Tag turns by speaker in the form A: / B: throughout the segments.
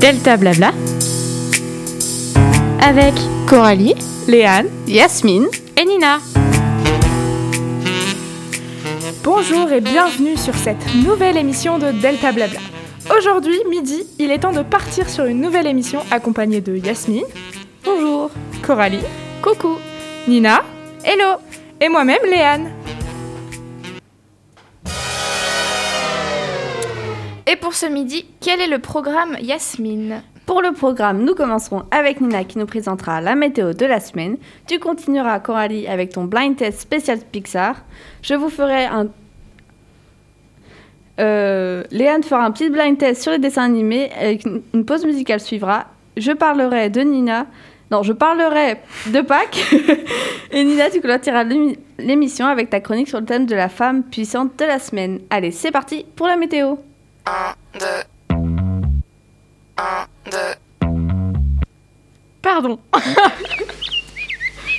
A: Delta Blabla avec
B: Coralie,
A: Léane
B: Yasmine.
A: et Nina. Bonjour et bienvenue sur cette nouvelle émission de Delta Blabla. Aujourd'hui, midi, il est temps de partir sur une nouvelle émission accompagnée de Yasmine. Bonjour. Coralie. Coucou. Nina. Hello. Et moi-même, Léane.
C: Et pour ce midi, quel est le programme Yasmine
D: Pour le programme, nous commencerons avec Nina qui nous présentera la météo de la semaine. Tu continueras, Coralie, avec ton blind test spécial Pixar. Je vous ferai un. Euh, Léane fera un petit blind test sur les dessins animés avec une une pause musicale suivra. Je parlerai de Nina. Non, je parlerai de Pâques. Et Nina, tu clôtureras l'émi- l'émission avec ta chronique sur le thème de la femme puissante de la semaine. Allez, c'est parti pour la météo.
A: Pardon.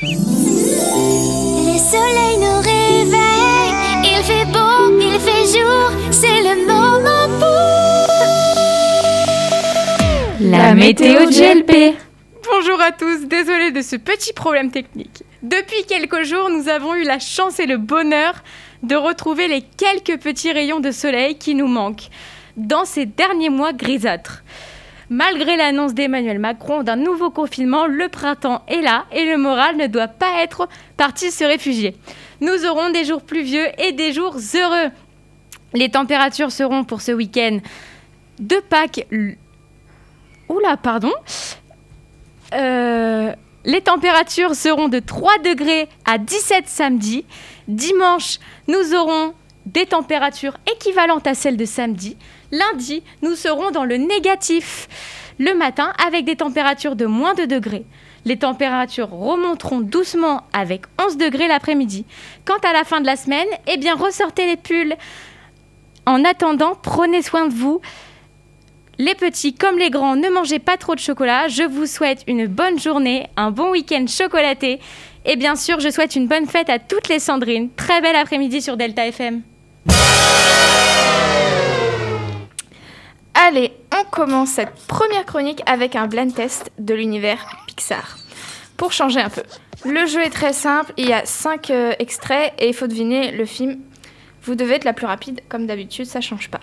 E: Le soleil nous réveille, il fait beau, il fait jour, c'est le moment
A: La météo de GLP.
F: Bonjour à tous, désolé de ce petit problème technique. Depuis quelques jours, nous avons eu la chance et le bonheur de retrouver les quelques petits rayons de soleil qui nous manquent dans ces derniers mois grisâtres. Malgré l'annonce d'Emmanuel Macron d'un nouveau confinement, le printemps est là et le moral ne doit pas être parti se réfugier. Nous aurons des jours pluvieux et des jours heureux. Les températures seront pour ce week-end de Pâques. l- Oula, pardon. Euh, les températures seront de 3 degrés à 17 samedi. Dimanche, nous aurons des températures équivalentes à celles de samedi. Lundi, nous serons dans le négatif le matin avec des températures de moins de degrés. Les températures remonteront doucement avec 11 degrés l'après-midi. Quant à la fin de la semaine, eh bien ressortez les pulls. En attendant, prenez soin de vous. Les petits comme les grands, ne mangez pas trop de chocolat. Je vous souhaite une bonne journée, un bon week-end chocolaté. Et bien sûr, je souhaite une bonne fête à toutes les Sandrines. Très bel après-midi sur Delta FM.
C: Allez, on commence cette première chronique avec un blend test de l'univers Pixar. Pour changer un peu. Le jeu est très simple, il y a 5 extraits et il faut deviner le film. Vous devez être la plus rapide, comme d'habitude, ça change pas.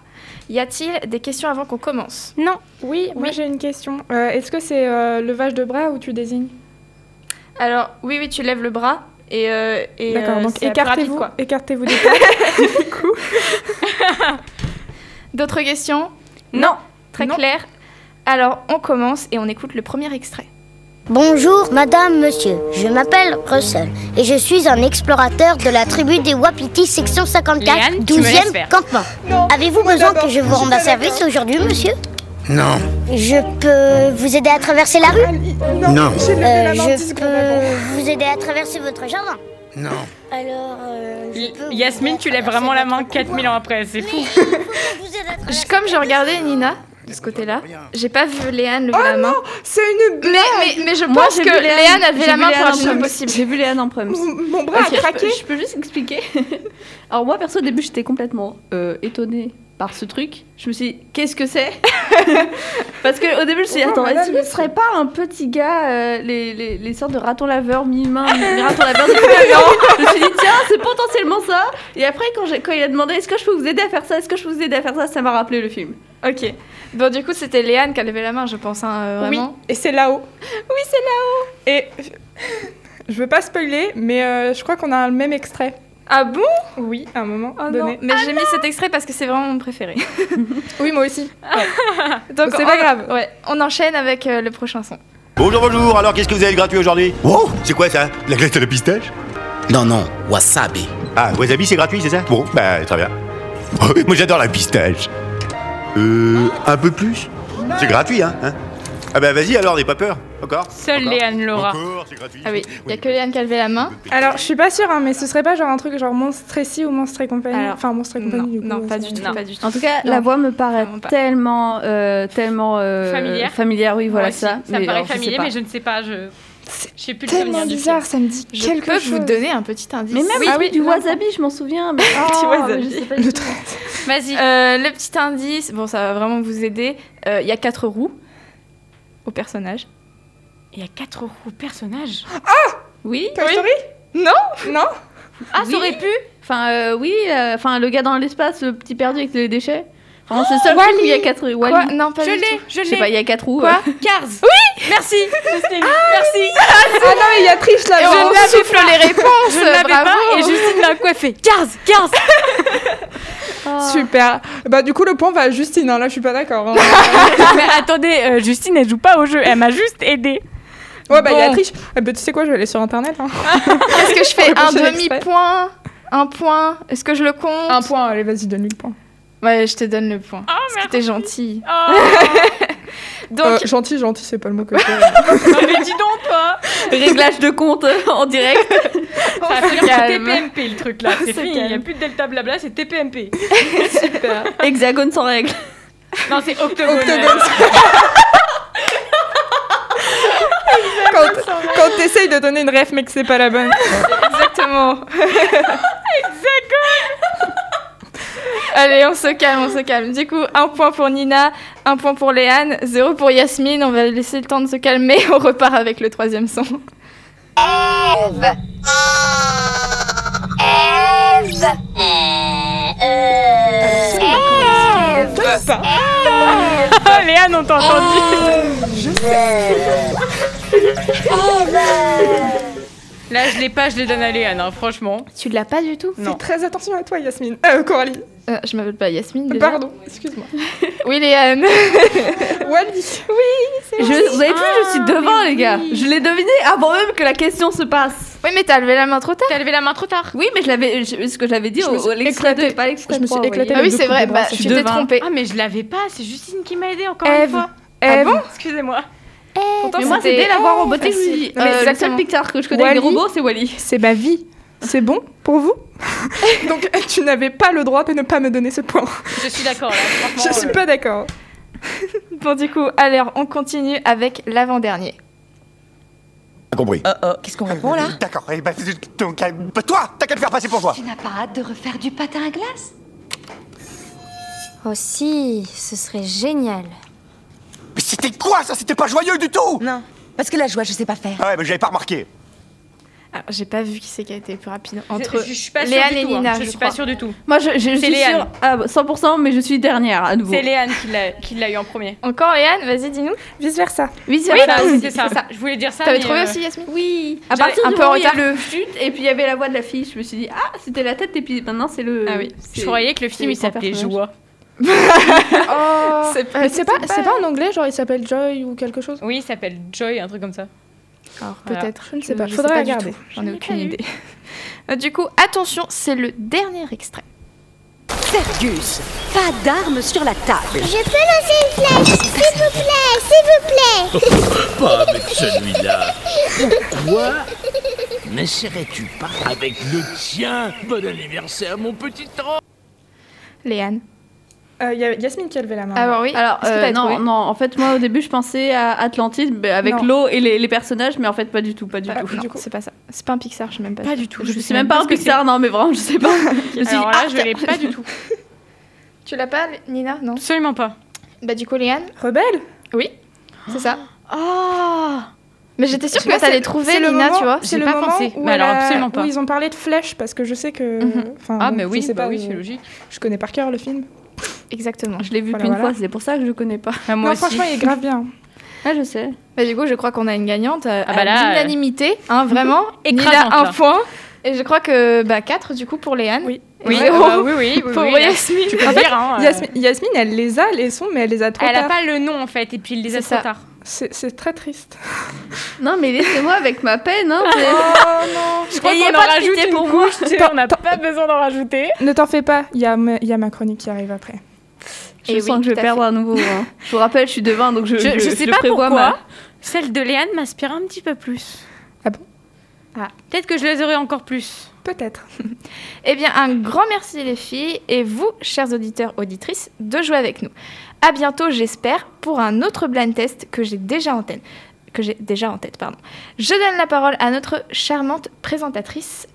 C: Y a-t-il des questions avant qu'on commence
F: Non,
A: Oui, moi
C: Oui.
A: j'ai une question. Euh, Est-ce que c'est euh, levage de bras ou tu désignes
C: Alors, oui, oui, tu lèves le bras et. euh, et,
A: D'accord,
C: euh,
A: donc
C: c'est la plus rapide,
A: écartez-vous
C: quoi.
A: écartez-vous des
C: D'autres questions
F: Non.
C: Très
F: Non.
C: clair. Alors, on commence et on écoute le premier extrait.
G: Bonjour madame, monsieur, je m'appelle Russell et je suis un explorateur de la tribu des Wapitis section 54,
F: Léane, tu me laisses
G: 12e
F: faire.
G: campement. Avez-vous besoin que je vous rende un service aujourd'hui monsieur
H: Non,
G: Je peux vous aider à traverser la rue
H: non,
G: Euh, Je peux vous aider à traverser votre jardin
H: non.
G: Alors, euh, je peux vous
F: Yasmine,
G: aider
F: tu
G: à
F: lèves
G: traverser
F: vraiment la
G: votre
F: main 4000 ans après, c'est
G: coin.
F: fou.
G: Mais il faut que je vous aide à
C: Je-
G: traverser
C: Comme j'ai
G: votre
C: regardé
G: jardin.
C: Nina de ce côté-là, j'ai pas vu Léane lever la main.
B: C'est une
C: Mais, mais, mais je
D: Moi,
C: pense
D: j'ai
C: que
D: vu Léane.
C: Léane a levé
D: J'ai
C: la
D: vu
C: main
D: Léane
C: pour
D: en
C: un
D: premier.
C: peu possible.
D: J'ai vu Léane en prime.
B: Mon bras
C: Ok, je
B: a
C: peux-
B: craqué.
D: Je peux juste expliquer. Alors moi perso au début j'étais complètement euh, étonnée par ce truc. Je me suis dit qu'est-ce que c'est Parce que au début je me suis dit
B: Bonjour,
D: attends est-ce
B: madame,
D: que ce serait pas un petit gars euh, les, les, les sortes de ratons laveurs mi-main mi-raton laveur mi-main Je me suis dit tiens c'est potentiellement ça. Et après quand, j'ai- quand il a demandé est-ce que je peux vous aider à faire ça Est-ce que je peux vous aider à faire ça Ça m'a rappelé le film.
C: Ok. Bon, du coup, c'était Léane qui a levé la main, je pense, hein, euh,
A: Oui,
C: vraiment.
A: et c'est là-haut. Oui, c'est là-haut. Et je veux pas spoiler, mais euh, je crois qu'on a le même extrait.
C: Ah bon
A: Oui, à un moment
C: Oh non.
A: donné.
C: Mais j'ai mis cet extrait parce que c'est vraiment mon préféré.
A: Oui, moi aussi.
C: Donc,
A: C'est
C: on-
A: pas grave.
C: Ouais, on enchaîne avec euh, le prochain son.
I: Bonjour, bonjour, alors qu'est-ce que vous avez de gratuit aujourd'hui
H: Wow
I: C'est quoi ça La glace à la pistache
J: Non, non, wasabi.
I: Ah, Wasabi, c'est gratuit, c'est ça Bon, bah, très bien. Moi, j'adore la pistache. Euh, un peu plus C'est gratuit, hein, hein Ah bah, vas-y, alors, n'aie pas peur. Encore
F: Seule
I: Encore
F: Léane l'aura.
I: Encore, c'est gratuit.
C: Ah oui, il y a que Léane qui a levé la main.
A: Alors, je suis pas sûre, hein, mais ce serait pas genre un truc genre Monstre ici ou Monstre et compagnie.
C: Alors,
A: enfin, Monstre et
C: Non,
A: compagnie, du coup. hein,
C: non, pas du
A: c'est-
C: tout,
F: Non.
C: pas du tout.
D: En tout cas
C: Non.
D: la voix me paraît
C: Vraiment pas.
D: tellement euh, tellement euh,
F: Familière.
D: familière oui voilà
F: Moi aussi,
D: ça.
F: Ça me paraît
D: alors, je sais
F: familier,
D: pas.
F: mais je ne sais pas, je. Je sais plus le souvenir
A: Tellement
F: du
A: bizarre, ça me dit
C: Je
A: quelque
C: peux
A: chose.
C: vous donner un petit indice.
D: Mais même
C: Oui.
D: le
A: Ah
D: truc
A: oui,
D: du
A: là,
D: wasabi, je m'en souviens. Mais... Ah, Du wasabi. mais je sais pas du
A: Le
D: tout.
F: film. Vas-y.
C: Euh, le petit indice, bon, ça va vraiment vous aider. Euh, Il y a quatre roues. au personnage.
F: Il y a 4 euros au personnage.
D: Oui.
A: Toy Story
C: Non
A: Non
D: Ah, ça aurait pu Enfin, euh, oui, euh, enfin, le gars dans l'espace, le petit perdu avec les déchets. Enfin, c'est le seul truc où il y a quatre roues.
C: Quoi
D: Wall-E.
C: Non, pas
F: Je
C: du
F: l'ai,
C: tout.
F: je
D: Je sais pas,
F: l'ai.
D: il y a quatre roues.
F: Quoi
D: euh.
F: Cars Oui Ah, Merci Justine, Merci
A: Ah non, mais il y a triche là.
C: Et on
A: genre.
C: Oh, souffle les réponses
F: Je ne l'avais
C: bravo.
F: pas et Justine l'a coiffé. Cars Cars
A: Super. Bah du coup le point va à Justine. hein. Là je suis pas d'accord. hein.
F: Mais attendez, euh, Justine, elle joue pas au jeu, elle m'a juste aidé.
A: Ouais bah il y a
F: Bon.
A: triche. Eh ben, tu sais quoi, je vais aller sur internet. hein.
C: Est-ce que je
A: On
C: fais
A: va
C: un
A: prochain extrait.
C: demi-point Un point Est-ce que je le compte
A: Un point. Allez vas-y donne-lui le point.
C: Ouais, je te donne le point.
F: Oh,
C: Parce que t'es Euh, gentil.
A: Euh,
C: Donc,
A: gentil, gentil, c'est pas le mot que je veux.
F: mais dis donc, toi
D: Réglage de compte euh, en direct.
F: Ça a pris
C: calme.
F: TPMP le truc là, c'est
C: se
F: fini, il n'y a
C: calme.
F: plus de Delta Blabla, c'est TPMP.
D: Hexagone sans règle.
F: Non, c'est Octogone.
A: quand quand t'essayes de donner une ref mais que c'est pas la bonne.
C: exactement. Allez, on se calme, on se calme. Du coup, un point pour Nina, un point pour Léane, zéro pour Yasmine. On va laisser le temps de se calmer. On repart avec le troisième son.
E: Eve. Eve.
G: Euh.
E: Eve.
A: Ça. Ah.
F: Léane, on t'a entendu.
A: Ah,
F: Là, je l'ai pas, je les donne à Léane, hein, franchement.
C: Tu l'as pas du tout
A: Fais très attention à toi, Yasmine. Euh, Coralie.
C: Je m'appelle pas Yasmine. déjà.
A: Pardon, excuse-moi.
C: Oui, Léane.
A: Wally.
D: Je- vous avez vu, je
F: Ah,
D: suis devant, les gars. Je l'ai deviné avant même que la question se passe.
C: Oui, mais t'as levé la main trop tard.
F: T'as levé la main trop tard.
D: Oui, mais je l'avais. je- Ce que j'avais dit,
A: Je me
D: au-
A: suis
D: au- l'extrait 2
A: éclatée.
D: et pas l'extrait
A: Je me suis
D: 3. vous voyez.
A: éclatée.
C: Ah oui,
A: Deux
C: c'est
A: coups de
C: vrai.
A: bras,
C: Bah,
A: je
C: tu
A: suis
C: t'es
D: devin.
C: trompée.
F: Ah, mais je l'avais pas, c'est Justine qui m'a aidé encore
C: Ève.
F: une fois.
A: Eve.
C: bon
F: Excusez-moi.
A: Eh,
D: Mais moi,
C: c'était-
D: c'est dès l'avoir
A: Oh,
D: en beauté, je me suis dit,
C: Non, mais
D: euh, le
C: exactement.
D: seul Pixar que je connais avec des
A: Wall-E.
D: robots, c'est Wally.
A: c'est ma vie. C'est bon pour vous Donc tu n'avais pas le droit de ne pas me donner ce point.
F: Je suis d'accord, là, franchement.
A: Je suis
F: euh,
A: pas d'accord.
C: Bon, du coup, alors, on continue avec l'avant-dernier.
I: Pas compris.
J: Oh, Qu'est-ce qu'on
A: Ah,
I: D'accord, eh ben, donc, euh, bah, toi, t'as qu'à le faire passer pour toi.
E: Tu n'as pas hâte de refaire du patin à glace Oh si, ce serait génial.
I: Mais c'était quoi ça C'était pas joyeux du tout
H: Non, parce que la joie, je sais pas faire.
I: Ah ouais, mais j'avais pas remarqué.
C: Alors, j'ai pas vu qui c'est qui a été le plus rapide
F: Je,
C: entre
F: je suis pas sûre
C: Léane
F: du
C: et
F: tout. hein.
C: Nina,
F: je,
C: je,
F: suis
C: crois.
F: pas sûre du tout.
D: Moi, je, je, je suis
F: Léane.
D: sûre à 100%, mais je suis dernière à nouveau.
F: C'est Léane qui l'a, qui l'a eu en premier.
C: Encore Léane, vas-y, dis-nous.
A: Vice versa.
D: Oui, c'est
F: Oui,
D: vrai.
F: ça,
D: Oui.
F: c'est ça. Je voulais dire ça.
C: T'avais
F: mais,
C: trouvé
F: euh,
C: aussi, Yasmine
D: Oui. À
F: J'avais
D: partir
C: un
D: du
C: peu
D: moment
C: en
D: où il y a
C: retard.
D: le chute et puis il y avait la voix de la fille, je me suis dit ah c'était la tête et puis maintenant c'est le.
C: Ah oui.
D: c'est-
F: Je croyais que le film
D: c'est
F: il s'appelait
D: personnage.
F: Joie.
A: C'est pas, c'est pas, en anglais, genre il s'appelle Joy ou quelque chose
F: Oui, il s'appelle Joy, un truc comme ça.
C: Alors,
F: Voilà.
C: peut-être.
A: Je ne sais pas,
C: je
A: faudrait
C: du
A: regarder.
C: tout, J'en ai
F: Je n'ai
C: aucune
F: pas
C: idée. Euh, du coup, attention, c'est le dernier extrait.
H: Fergus, pas d'armes sur la table.
E: Je peux lancer une flèche, s'il vous plaît, s'il vous plaît.
J: Pas avec celui-là. Pourquoi N'essaierais-tu pas avec le tien Bon anniversaire, mon petit temps
C: Léane.
A: Il Euh, y a Yasmine qui a levé la main.
C: Ah, bah oui.
D: Alors
C: Est-ce que
D: euh,
C: t'as trouvé
D: non non en fait moi au début je pensais à Atlantide mais avec
A: Non.
D: l'eau et les, les personnages mais en fait pas du tout pas du
A: Ah,
D: tout.
A: du
C: Non,
A: coup.
C: c'est pas ça. C'est pas un Pixar, je sais même pas.
F: du tout.
D: Je, sais même pas un Pixar non mais vraiment je sais pas. je me suis dit,
F: Alors
D: ah,
F: là, je l'ai pas du tout.
C: Tu l'as pas, Nina Non.
F: Absolument pas.
C: Bah, du coup, Léane,
A: Rebelle
C: c'est ça.
A: Ah.
F: Oh
C: Mais j'étais sûre
A: Tu vois,
C: que t'allais
A: c'est-
C: trouver,
A: c'est le
C: Nina,
A: moment-
C: tu vois.
A: C'est
F: J'ai
A: le
F: pas
A: moment
F: pensé.
A: où
F: Mais
A: elle
F: alors,
A: a-
F: absolument pas.
A: Où ils ont parlé de flèche parce que je sais que.
C: Mhm.
A: enfin,
F: Ah,
A: bon,
F: mais
A: je
F: oui,
A: sais
F: bah
A: pas,
F: oui,
A: euh,
F: c'est logique.
A: Je connais par cœur le film.
C: Exactement.
D: Je l'ai vu
A: Voilà,
D: qu'une
A: voilà.
D: fois c'est pour ça que je le connais pas.
F: Ah, Moi
A: non,
F: aussi.
A: franchement, il est grave bien.
D: Ah je sais.
C: Bah, du coup, je crois qu'on a une gagnante euh,
F: Ah bah
C: à
F: là, euh,
C: l'unanimité, hein, vraiment.
F: Écrasante,
C: Nina, un
F: là.
C: point. Et je crois que bah, 4 du coup pour Léane.
A: Oui.
C: Et
F: Oui,
C: zéro
F: bah oui, oui, oui,
C: pour
F: oui, là,
C: Yasmine.
F: Tu peux
A: oh. En
F: le
A: fait,
F: dire, hein. euh,
A: Yasmine, Yasmine, elle les a, les sons, mais elle les a trop
F: Elle a
A: tard.
F: pas le nom en fait, et puis il les a
C: C'est
F: trop
C: ça.
F: tard.
A: C'est c'est très triste.
D: Non mais laissez-moi avec ma peine hein.
A: Oh non
F: Je crois
D: Ayez
F: qu'on en
D: pas de
F: rajoute
D: pitié
F: une
D: pour moi.
F: couche, tu sais, on n'a pas besoin d'en rajouter.
A: Ne t'en fais pas, il y a, ma- il y a ma chronique qui arrive après.
D: Je
C: Et oui,
D: sens que je
C: tout
D: vais
C: à
D: perdre à nouveau. hein. Je vous rappelle je suis devin donc je
F: Je, je sais pas
D: prévois
F: pourquoi,
D: ma-
F: celle de Léane m'inspire un petit peu plus.
A: Ah bon
F: Ah, peut-être que je les aurais encore plus.
A: Peut-être.
C: Eh bien, un grand merci les filles et vous, chers auditeurs, auditrices, de jouer avec nous. À bientôt, j'espère, pour un autre blind test que j'ai déjà en tête. Que j'ai déjà en tête, pardon. Je donne la parole à notre charmante présentatrice,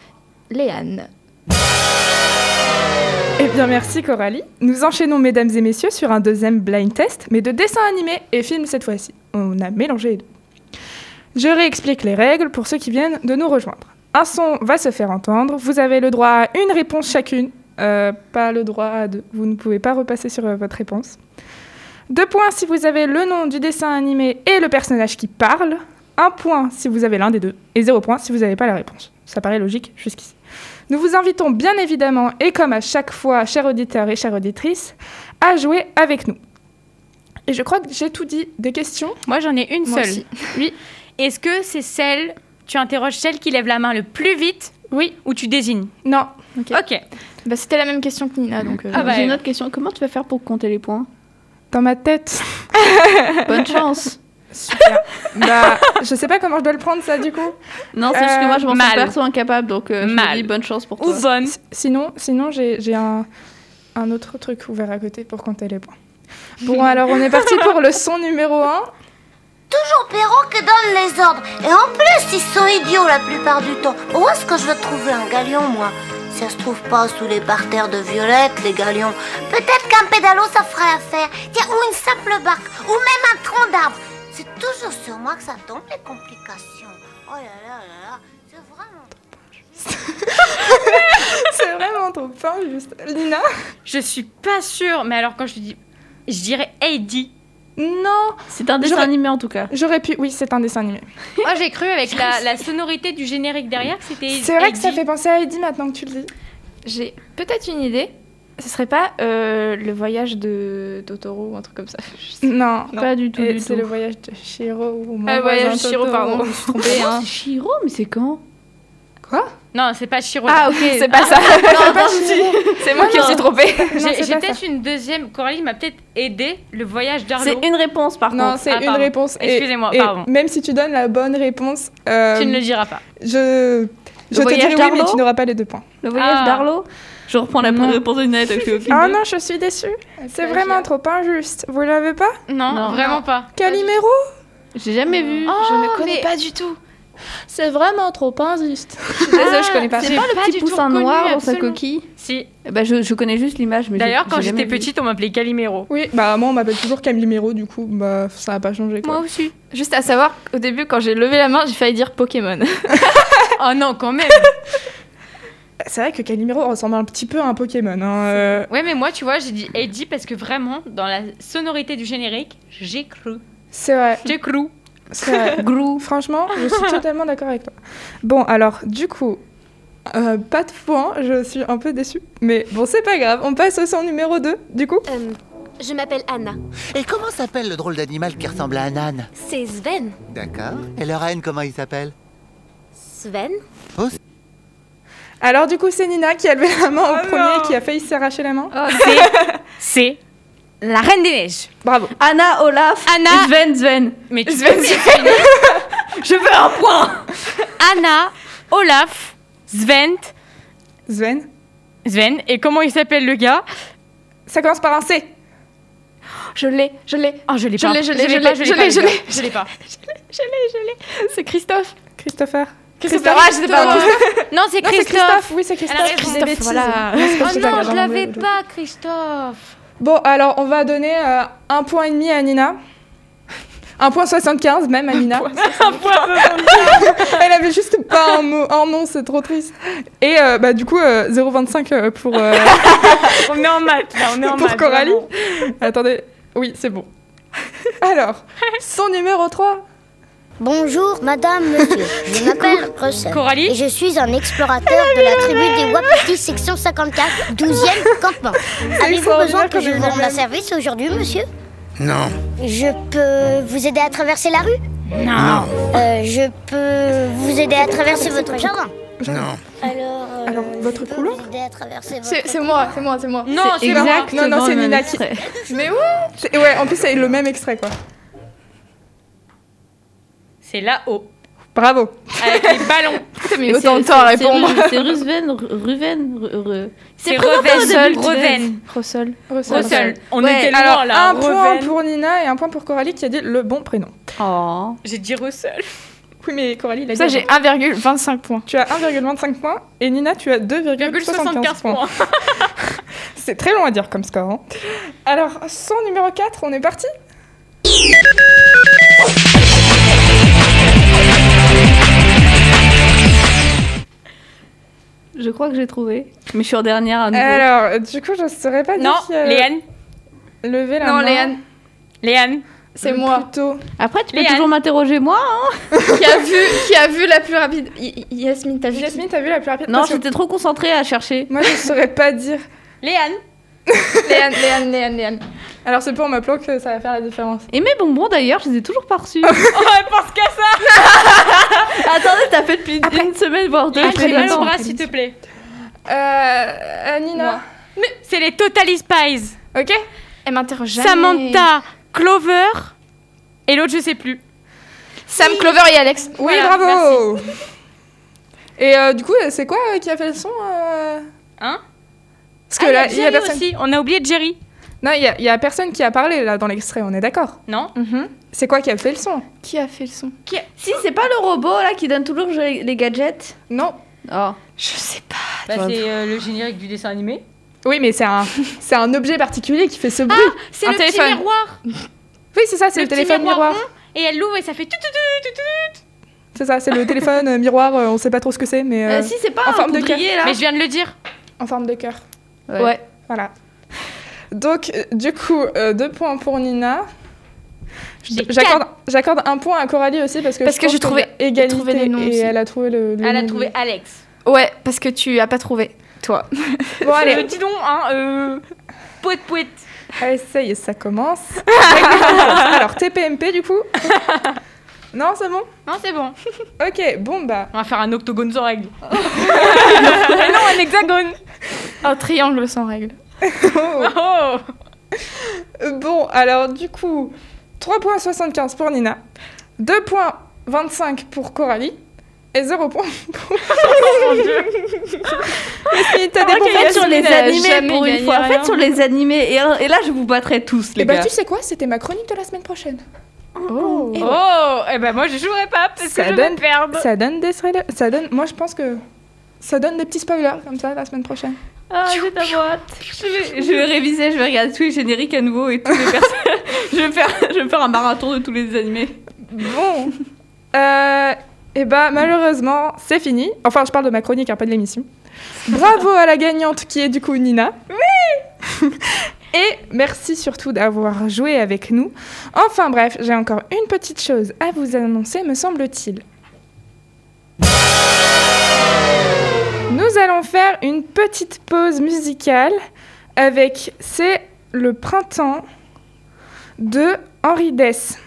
C: Léane.
A: Eh bien, merci Coralie. Nous enchaînons, mesdames et messieurs, sur un deuxième blind test, mais de dessin animé et film cette fois-ci. on a mélangé les deux. Je réexplique les règles pour ceux qui viennent de nous rejoindre. Un son va se faire entendre. Vous avez le droit à une réponse chacune. Euh, pas le droit à deux. Vous ne pouvez pas repasser sur euh, votre réponse. Deux points si vous avez le nom du dessin animé et le personnage qui parle. Un point si vous avez l'un des deux. Et zéro point si vous n'avez pas la réponse. Ça paraît logique jusqu'ici. Nous vous invitons bien évidemment, et comme à chaque fois, chers auditeurs et chères auditrices, à jouer avec nous. Et je crois que j'ai tout dit. Des questions
F: Moi, j'en ai une
C: Moi
F: seule.
C: aussi.
F: Oui. Est-ce que c'est celle, tu interroges celle qui lève la main le plus vite
A: Oui.
F: Ou tu désignes
A: Non.
C: Ok.
F: Ok.
C: Bah, c'était la même question que Nina, donc. euh,
F: Ah bah,
D: J'ai une
F: euh,
D: autre question. Comment tu vas faire pour compter les points
A: Dans ma tête.
D: Bonne chance.
A: Super. bah, je sais pas comment je dois le prendre, ça, du coup.
D: Non, c'est juste que moi, je m'en sens
F: Euh, mal.
D: perso incapable, donc euh, je me
F: Mal.
D: dis bonne chance pour
F: Ou
D: toi.
F: bonne
A: S- Sinon, sinon j'ai j'ai un, un autre truc ouvert à côté pour compter les points. Bon, alors on est parti pour le son numéro 1.
G: Toujours Perrault qui donne les ordres. Et en plus, ils sont idiots la plupart du temps. Où est-ce que je vais trouver un galion, moi Ça se trouve pas sous les parterres de Violette, les galions. Peut-être qu'un pédalo, ça ferait affaire. Tiens, ou une simple barque, ou même un tronc d'arbre. C'est toujours sur moi que ça tombe, les complications. Oh là là là là, c'est vraiment...
A: C'est vraiment trop fin, juste. Lina
F: Je suis pas sûre, mais alors quand je te dis. Je dirais Heidi.
A: Non
D: C'est un dessin
A: J'aurais-
D: animé en tout cas.
A: J'aurais pu. Oui, c'est un dessin animé.
F: Moi, j'ai cru avec la, la sonorité du générique derrière que c'était.
A: C'est vrai que ça
F: Heidi.
A: fait penser à Heidi maintenant que tu le dis.
C: J'ai peut-être une idée. Ce serait pas euh, le voyage de Totoro ou un truc comme ça. Euh, Je sais
A: Non.
D: Pas du tout.
A: Et
D: du
A: C'est
D: tout.
A: le voyage de Shiro ou
C: pas. Ah, le voyage de Shiro, pardon, je me suis trompée. hein.
D: C'est Chiro, mais c'est quand
F: Non, c'est pas Shiro.
D: Ah, ok.
C: C'est pas ça. C'est moi qui me suis trompée.
A: non,
F: J'ai
A: c'est
F: j'ai
A: pas
F: peut-être une deuxième. Coralie m'a peut-être aidé. Le voyage
D: C'est
F: d'Arlo.
D: une réponse par
A: Non,
D: contre.
A: c'est
F: Ah,
A: une
F: pardon.
A: réponse. et-
F: Excusez-moi,
A: et
F: pardon.
A: Même si tu donnes la bonne réponse, euh,
F: Tu ne le diras pas.
A: je, je te
D: voyage
A: dirai oui, mais
D: d'Arlo
A: tu n'auras pas les deux points.
D: Le voyage
F: Ah.
D: d'Arlo Je reprends la réponse de Nina, donc je suis au fil
A: Ah
D: de-
A: non, je suis déçue. Ah, C'est Ah,
C: Ok.
A: vraiment trop injuste. Vous l'avez pas
F: Non,
D: Non.
F: vraiment pas.
A: Calimero
D: J'ai jamais vu. Oh,
C: je ne connais pas du tout. C'est vraiment trop injuste. Désolée, je connais pas.
D: C'est pas le petit
F: du tout
D: poussin
F: reconnu,
D: noir dans sa
F: absolument.
D: coquille
F: Si.
D: Eh ben, je, je connais juste l'image, mais j'ai-
F: D'ailleurs, quand
D: j'ai jamais
F: j'étais
D: vu.
F: petite, on m'appelait Calimero.
A: Oui, bah moi on m'appelle toujours Calimero, du coup, bah ça a pas changé quoi.
F: aussi.
C: Juste à savoir, au début, quand j'ai levé la main, j'ai failli dire Pokémon.
F: Oh non, quand même.
A: C'est vrai que Calimero ressemble un petit peu à un Pokémon. hein, euh,
F: Ouais, mais moi, tu vois, j'ai dit Eddie parce que vraiment, dans la sonorité du générique, j'ai cru.
A: C'est vrai,
F: J'ai cru.
A: c'est vrai. Grou. Franchement, je suis totalement d'accord avec toi. Bon, alors, du coup, euh, pas de points, je suis un peu déçue. Mais bon, c'est pas grave, on passe au son numéro 2, du coup.
H: Euh, je m'appelle Anna.
K: Et comment s'appelle le drôle d'animal qui ressemble à un âne
H: C'est Sven.
K: D'accord. Et le renne, comment il s'appelle
H: Sven
A: Alors, du coup, c'est Nina qui a levé la main au premier et qui a failli s'arracher la main.
F: C'est la Reine des Neiges.
A: Bravo.
D: Anna, Olaf,
F: Anna.
D: Sven, Sven.
F: Mais tu veux
D: Je veux un point
F: Anna, Olaf, Sven,
A: Sven,
F: Sven, et comment il s'appelle le gars
A: ça commence par un C.
C: Je l'ai, je l'ai.
F: Oh, je l'ai
C: Je
F: pas.
C: l'ai, je l'ai, je
F: pas,
C: l'ai,
F: pas,
C: je
F: le
C: l'ai,
F: gars. Je l'ai pas.
C: C'est Christophe.
A: Christopher.
C: Christophe, ah, je sais pas. moi.
F: Non, c'est
A: Non, c'est
F: Christophe.
A: Christophe, oui, c'est
F: Elle a
A: Christophe.
F: raison.
A: Je dis des bêtises.
C: voilà.
A: Non, c'est
F: Oh
A: Christophe,
F: non,
A: pardon,
F: je l'avais
A: oui,
F: pas, Christophe.
A: Bon, alors, on va donner euh, un point et demi à Nina. Un point 75 même à Nina.
F: Un point.
A: Elle avait juste pas un mot, un nom, c'est trop triste. Et euh, bah du coup euh, 0,25 euh, pour euh,
F: On est en maths, là, on est en
A: pour
F: maths,
A: Coralie.
F: vraiment.
A: Attendez, oui c'est bon. Alors, son numéro 3
G: Bonjour, madame, monsieur. Je m'appelle Russell. Et
F: Coralie
G: je suis un explorateur de la tribu des Wapiti, section 54, 12e campement. Avez-vous besoin
A: extraordinaire
G: que
A: comme
G: je vous rende un
A: problème.
G: service aujourd'hui, monsieur
K: Non.
G: Je peux vous aider à traverser la rue
K: Non.
G: Euh, Je peux vous aider à traverser votre jardin
K: Non.
G: Alors, euh,
A: Alors,
G: je
A: votre
G: peux
A: couloir
G: vous aider à traverser votre
C: C'est c'est moi, c'est moi, c'est moi.
F: Non, c'est pas moi.
D: Exact.
A: Non, non, c'est Nina qui-
C: Mais oui.
A: C'est- Ouais, en plus c'est le même extrait quoi.
F: C'est là-haut.
A: Bravo.
F: Avec les ballons.
C: Putain, mais autant de temps à répondre.
D: C'est Rusven, Ruven, Ruven.
F: C'est
D: Russell,
F: Reven. Reven.
D: Russell.
F: Russell. On
D: Ouais,
F: était loin
A: Alors,
F: là.
A: un point
F: Reven.
A: pour Nina et un point pour Coralie qui a dit le bon prénom.
D: Oh.
F: J'ai dit Russell.
A: Oui, mais Coralie, il a
C: Ça,
A: dit.
C: j'ai 1,25 points.
A: Tu as 1,25 points et Nina, tu as 2,75
F: 75
A: points.
F: points.
A: C'est très long à dire comme score. hein. Alors, son numéro 4, on est parti
D: Je crois que j'ai trouvé. Mais je suis en dernière à nouveau.
A: Alors, du coup, je ne saurais pas
D: Non,
A: dire.
F: euh,
A: qui a
D: Léane.
A: Levé la
D: Non,
A: main.
D: Léane.
F: Léane.
C: C'est moi.
D: Après, tu peux
C: Léane.
D: toujours m'interroger, moi. hein.
C: qui, a vu, qui a vu la plus rapide Y- Y- Yasmine, t'as vu
A: Yasmine, t'as vu la plus rapide
D: Non,
A: Parce que
D: j'étais trop concentrée à chercher.
A: Moi, je ne saurais pas dire.
F: Léane.
C: Léane, Léane, Léane, Léane.
A: Alors, c'est pas en m'appelant que ça va faire la différence.
D: Et mes bonbons, d'ailleurs, je les ai toujours pas reçus.
F: Ouais, Oh, pense qu'à ça
D: Attendez, t'as fait depuis une semaine, voire deux.
F: Léane, Ah, j'ai mal au
D: Attends.
F: bras, s'il te plaît.
A: Euh, euh, Nina.
F: Mais c'est les Total Spies.
A: Ok
C: Elle m'interroge jamais.
F: Samantha, Clover et l'autre, je sais plus.
C: Sam, Clover et Alex.
A: Oui,
F: Voilà,
A: bravo Et euh, du coup, c'est quoi euh, qui a fait le son euh
F: Hein
A: Parce que
F: Ah,
A: là,
F: il
A: il y
F: y a
A: a
F: Jerry
A: personne.
F: aussi. On a oublié Jerry.
A: Non, il y a- il y a personne qui a parlé là dans l'extrait, on est d'accord
F: Non
A: C'est quoi qui a fait le son
C: Qui a fait le son
D: Si, c'est pas le robot là qui donne toujours les gadgets
A: Non.
D: Oh.
C: Je sais pas.
F: Ah,
D: Bah,
L: c'est
F: euh,
L: le générique du dessin animé.
A: Oui, mais c'est un, c'est un objet particulier qui fait ce bruit.
F: C'est
A: un
F: le
A: téléphone.
F: petit miroir.
A: Oui, c'est ça, c'est le,
F: petit
A: téléphone miroir.
F: rond, Et elle l'ouvre et ça fait tout, tout, tout, tout, tout, tout.
A: C'est ça, c'est le téléphone euh, miroir, euh, on sait pas trop ce que c'est, mais. euh,
D: si, c'est pas
F: ah,
A: en
D: un
A: forme de cœur.
D: poudrier là.
F: Mais je viens de le dire.
A: En forme de cœur.
D: Ouais.
A: Voilà. Donc, euh, du coup, euh, deux points pour Nina. Je-
F: J'ai
A: J'accorde, j'accorde un point à Coralie aussi parce que
C: Parce que
A: pense
C: j'ai trouvé-
A: qu'il y a égalité
C: trouvé les noms
A: et
C: aussi.
A: elle a trouvé le. le
F: Elle a
A: nom
F: trouvé Alex.
C: Ouais, parce que tu as pas trouvé, toi.
A: du- Bon allez,
F: Euh, dis donc, hein, euh... Pouet, pouet.
A: allez, ça y est, Ah, ça commence. Alors TPMP du coup. non, c'est bon.
F: Non, c'est bon.
A: Ok, bon bah.
F: On va faire un octogone sans règle. Mais non, un hexagone.
C: Un triangle sans règle.
A: Oh.
F: Oh
A: Bon, alors du coup, 3,75 pour Nina, 2,25 pour Coralie et 0 points pour. Oh, Yasmine, t'as des bons points
D: Faites sur les
C: Yasmine, elle a
D: animés
C: jamais
D: pour
C: gagné
D: une fois.
C: rien.
D: Faites sur les animés et, et là je vous battrai
F: Eh
D: tous les
F: ben,
A: Et bah,
D: gars.
A: tu sais quoi C'était ma chronique de la semaine prochaine.
F: Oh, oh. Eh ben moi, je jouerai pas parce
A: Ça
F: que je
A: donne-
F: vais perdre.
A: Ça donne des trailers. Ça donne. Moi, je pense que. Ça donne des petits spoilers comme ça la semaine prochaine.
D: Ah, j'ai ta boîte. Je vais, je vais réviser, je vais regarder tous les génériques à nouveau et tous les personnages. je, vais faire, je vais faire un marathon de tous les animés.
A: Bon. euh, et bah malheureusement, c'est fini. Enfin, je parle de ma chronique, hein, pas de l'émission. Bravo à la gagnante qui est du coup Nina. Oui Et merci surtout d'avoir joué avec nous. Enfin bref, j'ai encore une petite chose à vous annoncer, me semble-t-il. Nous allons faire une petite pause musicale avec C'est le printemps de Henri Dess.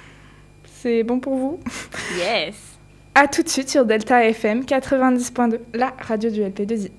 A: C'est bon pour vous
F: Yes.
A: à tout de suite sur Delta FM 90.2, la radio du LP2I.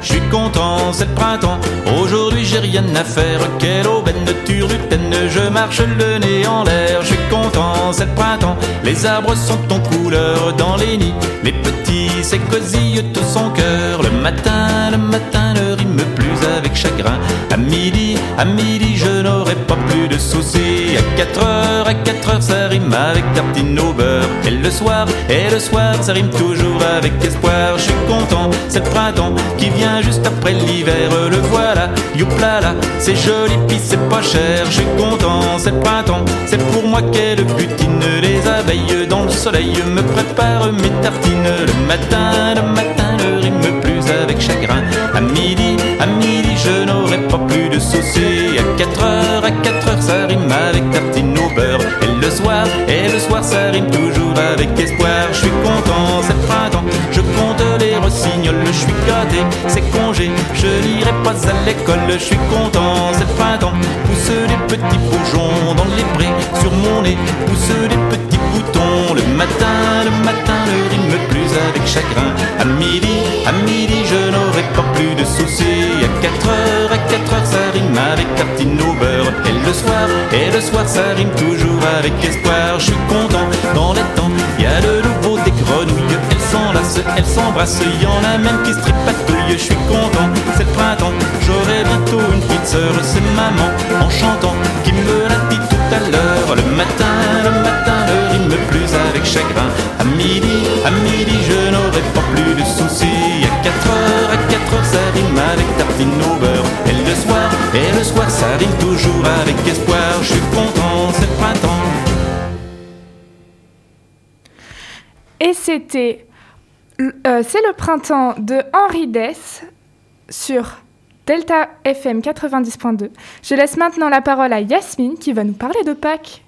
M: Je suis content, c'est le printemps. Aujourd'hui, j'ai rien à faire. Quelle aubaine de turlupine, je marche le nez en l'air. Je suis content, c'est le printemps. Les arbres sont en couleur dans les nids. Les petits s'écosillent tout son cœur. Le matin, le matin ne rime plus avec chagrin. À midi, à midi, je n'aurai pas plus de soucis. À 4 heures, à 4 heures, ça rime avec tartine au beurre. Et le soir, et le soir, ça rime toujours avec espoir. Je suis content, c'est le printemps qui vient juste après l'hiver. Le voilà, youplala, c'est joli, puis c'est pas cher. Je suis content, c'est le printemps, c'est pour moi qu'elle butine. Les abeilles dans le soleil me préparent mes tartines. Le matin, le matin, ne rime plus avec chagrin. À midi, à midi, je n'aurai pas plus de soucis. À 4 heures, à 4 heures, ça rime avec tartine au beurre. Et le soir, et le soir, ça rime toujours avec espoir. Je suis content, c'est le printemps. Je compte les rossignols, je suis gâté, c'est congé. Je n'irai pas à l'école, je suis content, c'est le printemps. Pousse des petits bourgeons dans les prés, sur mon nez. Pousse des petits boutons. Le matin, le matin, ne rime plus avec chagrin. À midi, à midi, je n'aurai pas plus de soucis. À 4 heures, à 4 heures, ça rime avec tartine au beurre. Et le soir, et le soir, ça rime toujours avec espoir. Je suis content dans les temps, il y a de nouveau des grenouilles. Elles s'enlacent, elles s'embrassent, il y en a même qui se tripatouillent. Je suis content, c'est le printemps, j'aurai bientôt une petite sœur. C'est maman, en chantant, qui me l'a dit tout à l'heure. Le matin, le matin, ne rime plus avec chagrin. À midi, à midi, je n'aurai pas plus de soucis. À 4 heures, à 4 heures, ça rime avec tartine au beurre. avec espoir, je suis content, c'est le printemps.
A: Et c'était euh, C'est le printemps de Henri Dess sur Delta FM 90.2. Je laisse maintenant la parole à Yasmine qui va nous parler de Pâques.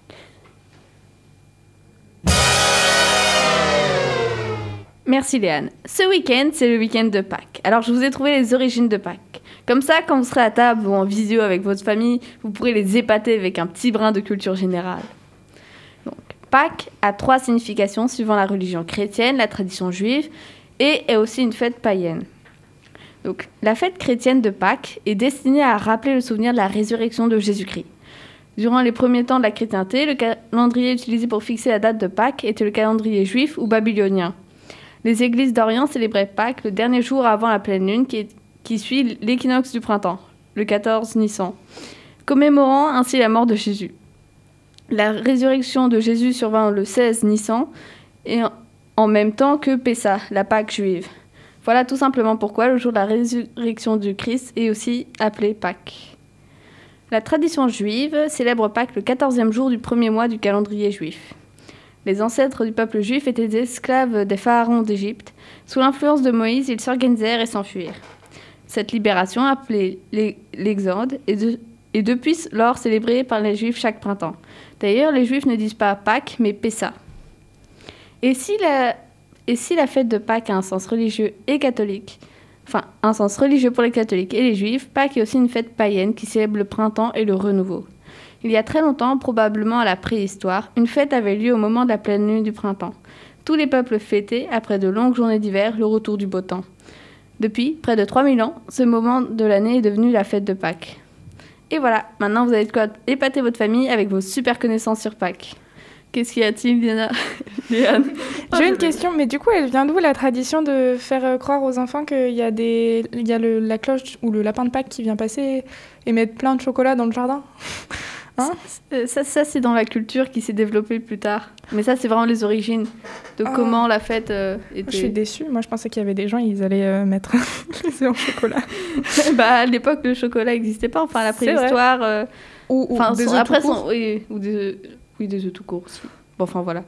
D: Merci Léane. Ce week-end, c'est le week-end de Pâques. Alors je vous ai trouvé les origines de Pâques. Comme ça, quand vous serez à table ou en visio avec votre famille, vous pourrez les épater avec un petit brin de culture générale. Donc, Pâques a trois significations suivant la religion chrétienne, la tradition juive et est aussi une fête païenne. Donc, la fête chrétienne de Pâques est destinée à rappeler le souvenir de la résurrection de Jésus-Christ. Durant les premiers temps de la chrétienté, le calendrier utilisé pour fixer la date de Pâques était le calendrier juif ou babylonien. Les églises d'Orient célébraient Pâques le dernier jour avant la pleine lune qui, est- qui suit l'équinoxe du printemps, le 14 Nissan, commémorant ainsi la mort de Jésus. La résurrection de Jésus survint le 16 Nissan et en- en même temps que Pessa, la Pâque juive. Voilà tout simplement pourquoi le jour de la résurrection du Christ est aussi appelé Pâques. La tradition juive célèbre Pâques le 14e jour du premier mois du calendrier juif. Les ancêtres du peuple juif étaient des esclaves des pharaons d'Égypte. Sous l'influence de Moïse, ils s'organisèrent et s'enfuirent. Cette libération, appelée l'E- l'Exode, est, de- est depuis lors célébrée par les Juifs chaque printemps. D'ailleurs, les Juifs ne disent pas Pâques, mais Pessa. Et si la, et si la fête de Pâques a un sens religieux et catholique, enfin un sens religieux pour les catholiques et les juifs, Pâques est aussi une fête païenne qui célèbre le printemps et le renouveau. Il y a très longtemps, probablement à la préhistoire, une fête avait lieu au moment de la pleine lune du printemps. Tous les peuples fêtaient, après de longues journées d'hiver, le retour du beau temps. Depuis près de 3000 ans, ce moment de l'année est devenu la fête de Pâques. Et voilà, maintenant vous avez de quoi épater votre famille avec vos super connaissances sur Pâques. Qu'est-ce qu'il y a-t-il, Diana Léane
A: J'ai une question, mais du coup, elle vient d'où la tradition de faire euh, croire aux enfants qu'il y a, des, il y a le- la cloche ou le lapin de Pâques qui vient passer et mettre plein de chocolat dans le jardin
D: Euh, ça, ça c'est dans la culture qui s'est développée plus tard. Mais ça, c'est vraiment les origines de
A: Ah.
D: comment la fête euh, était.
A: Je suis déçue, moi je pensais qu'il y avait des gens, ils allaient euh, mettre les œufs en chocolat.
D: bah, à l'époque, le chocolat n'existait pas. Enfin, la
A: C'est vrai.
D: préhistoire. euh,
A: Ou, ou
D: enfin,
A: des
D: son-
A: œufs
D: après,
A: tout court.
D: son- oui, ou des œufs- oui, des œufs tout court aussi. Bon, enfin, voilà.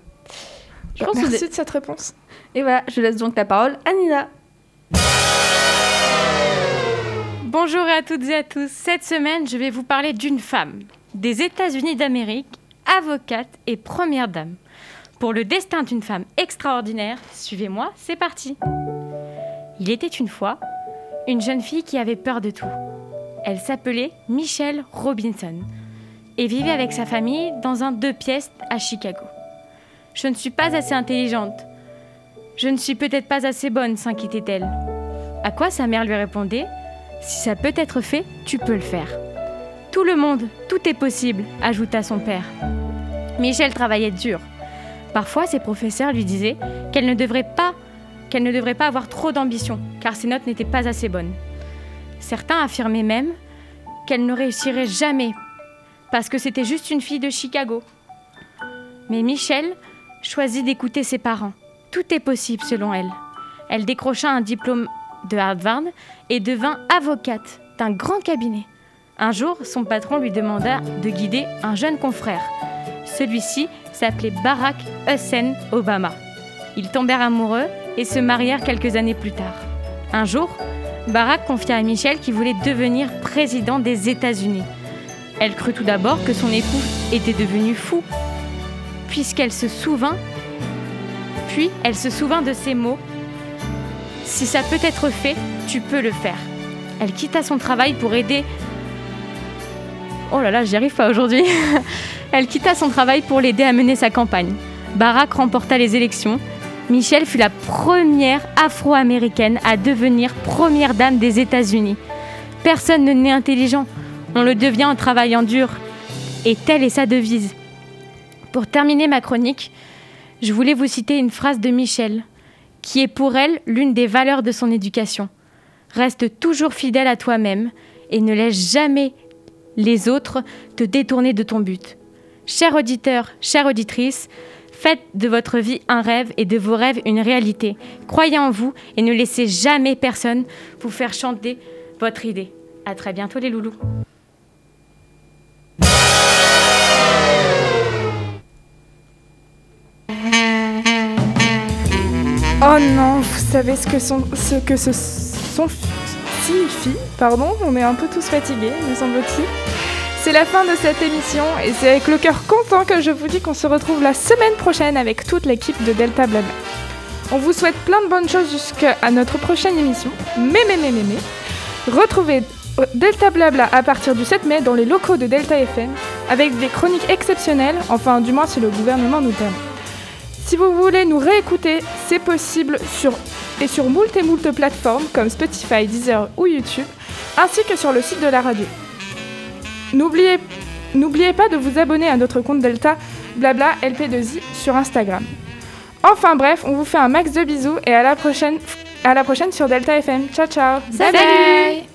A: Bah, merci
D: de cette réponse. Et voilà, je laisse donc la parole à Nina.
F: Bonjour à toutes et à tous. Cette semaine, je vais vous parler d'une femme des États-Unis d'Amérique, avocate et première dame. Pour le destin d'une femme extraordinaire, suivez-moi, c'est parti. Il était une fois une jeune fille qui avait peur de tout. Elle s'appelait Michelle Robinson et vivait avec sa famille dans un deux pièces à Chicago. Je ne suis pas assez intelligente. Je ne suis peut-être pas assez bonne, s'inquiétait-elle. À quoi sa mère lui répondait Si ça peut être fait, tu peux le faire. Tout le monde, tout est possible, ajouta son père. Michel travaillait dur. Parfois, ses professeurs lui disaient qu'elle ne devrait pas qu'elle ne devrait pas avoir trop d'ambition, car ses notes n'étaient pas assez bonnes. Certains affirmaient même qu'elle ne réussirait jamais, parce que c'était juste une fille de Chicago. Mais Michel choisit d'écouter ses parents. Tout est possible selon elle. Elle décrocha un diplôme de Harvard et devint avocate d'un grand cabinet. Un jour, son patron lui demanda de guider un jeune confrère. Celui-ci s'appelait Barack Hussein Obama. Ils tombèrent amoureux et se marièrent quelques années plus tard. Un jour, Barack confia à Michel qu'il voulait devenir président des États-Unis. Elle crut tout d'abord que son époux était devenu fou, puisqu'elle se souvint, puis elle se souvint de ces mots si ça peut être fait, tu peux le faire. Elle quitta son travail pour aider. Oh là là, j'y arrive pas aujourd'hui. Elle quitta son travail pour l'aider à mener sa campagne. Barack remporta les élections. Michelle fut la première afro-américaine à devenir première dame des États-Unis. Personne ne naît intelligent. On le devient en travaillant dur. Et telle est sa devise. Pour terminer ma chronique, je voulais vous citer une phrase de Michel, qui est pour elle l'une des valeurs de son éducation. Reste toujours fidèle à toi-même et ne laisse jamais les autres te détourner de ton but. Chers auditeurs, chères auditrices, faites de votre vie un rêve et de vos rêves une réalité. Croyez en vous et ne laissez jamais personne vous faire chanter votre idée. À très bientôt les loulous.
A: Oh non, vous savez ce que, son- ce, que ce son signifie Pardon, on est un peu tous fatigués, me semble-t-il. C'est la fin de cette émission et c'est avec le cœur content que je vous dis qu'on se retrouve la semaine prochaine avec toute l'équipe de Delta Blabla. On vous souhaite plein de bonnes choses jusqu'à notre prochaine émission. Mais mais mais mais mais. Retrouvez euh, Delta Blabla à partir du 7 mai dans les locaux de Delta FM avec des chroniques exceptionnelles, enfin du moins si le gouvernement nous permet. Si vous voulez nous réécouter, c'est possible sur et sur moult et moult plateformes comme Spotify, Deezer ou YouTube, ainsi que sur le site de la radio. N'oubliez n'oubliez pas de vous abonner à notre compte Delta Blabla LP2I sur Instagram. Enfin bref, on vous fait un max de bisous et à la prochaine, à la prochaine sur Delta FM. Ciao ciao
C: Salut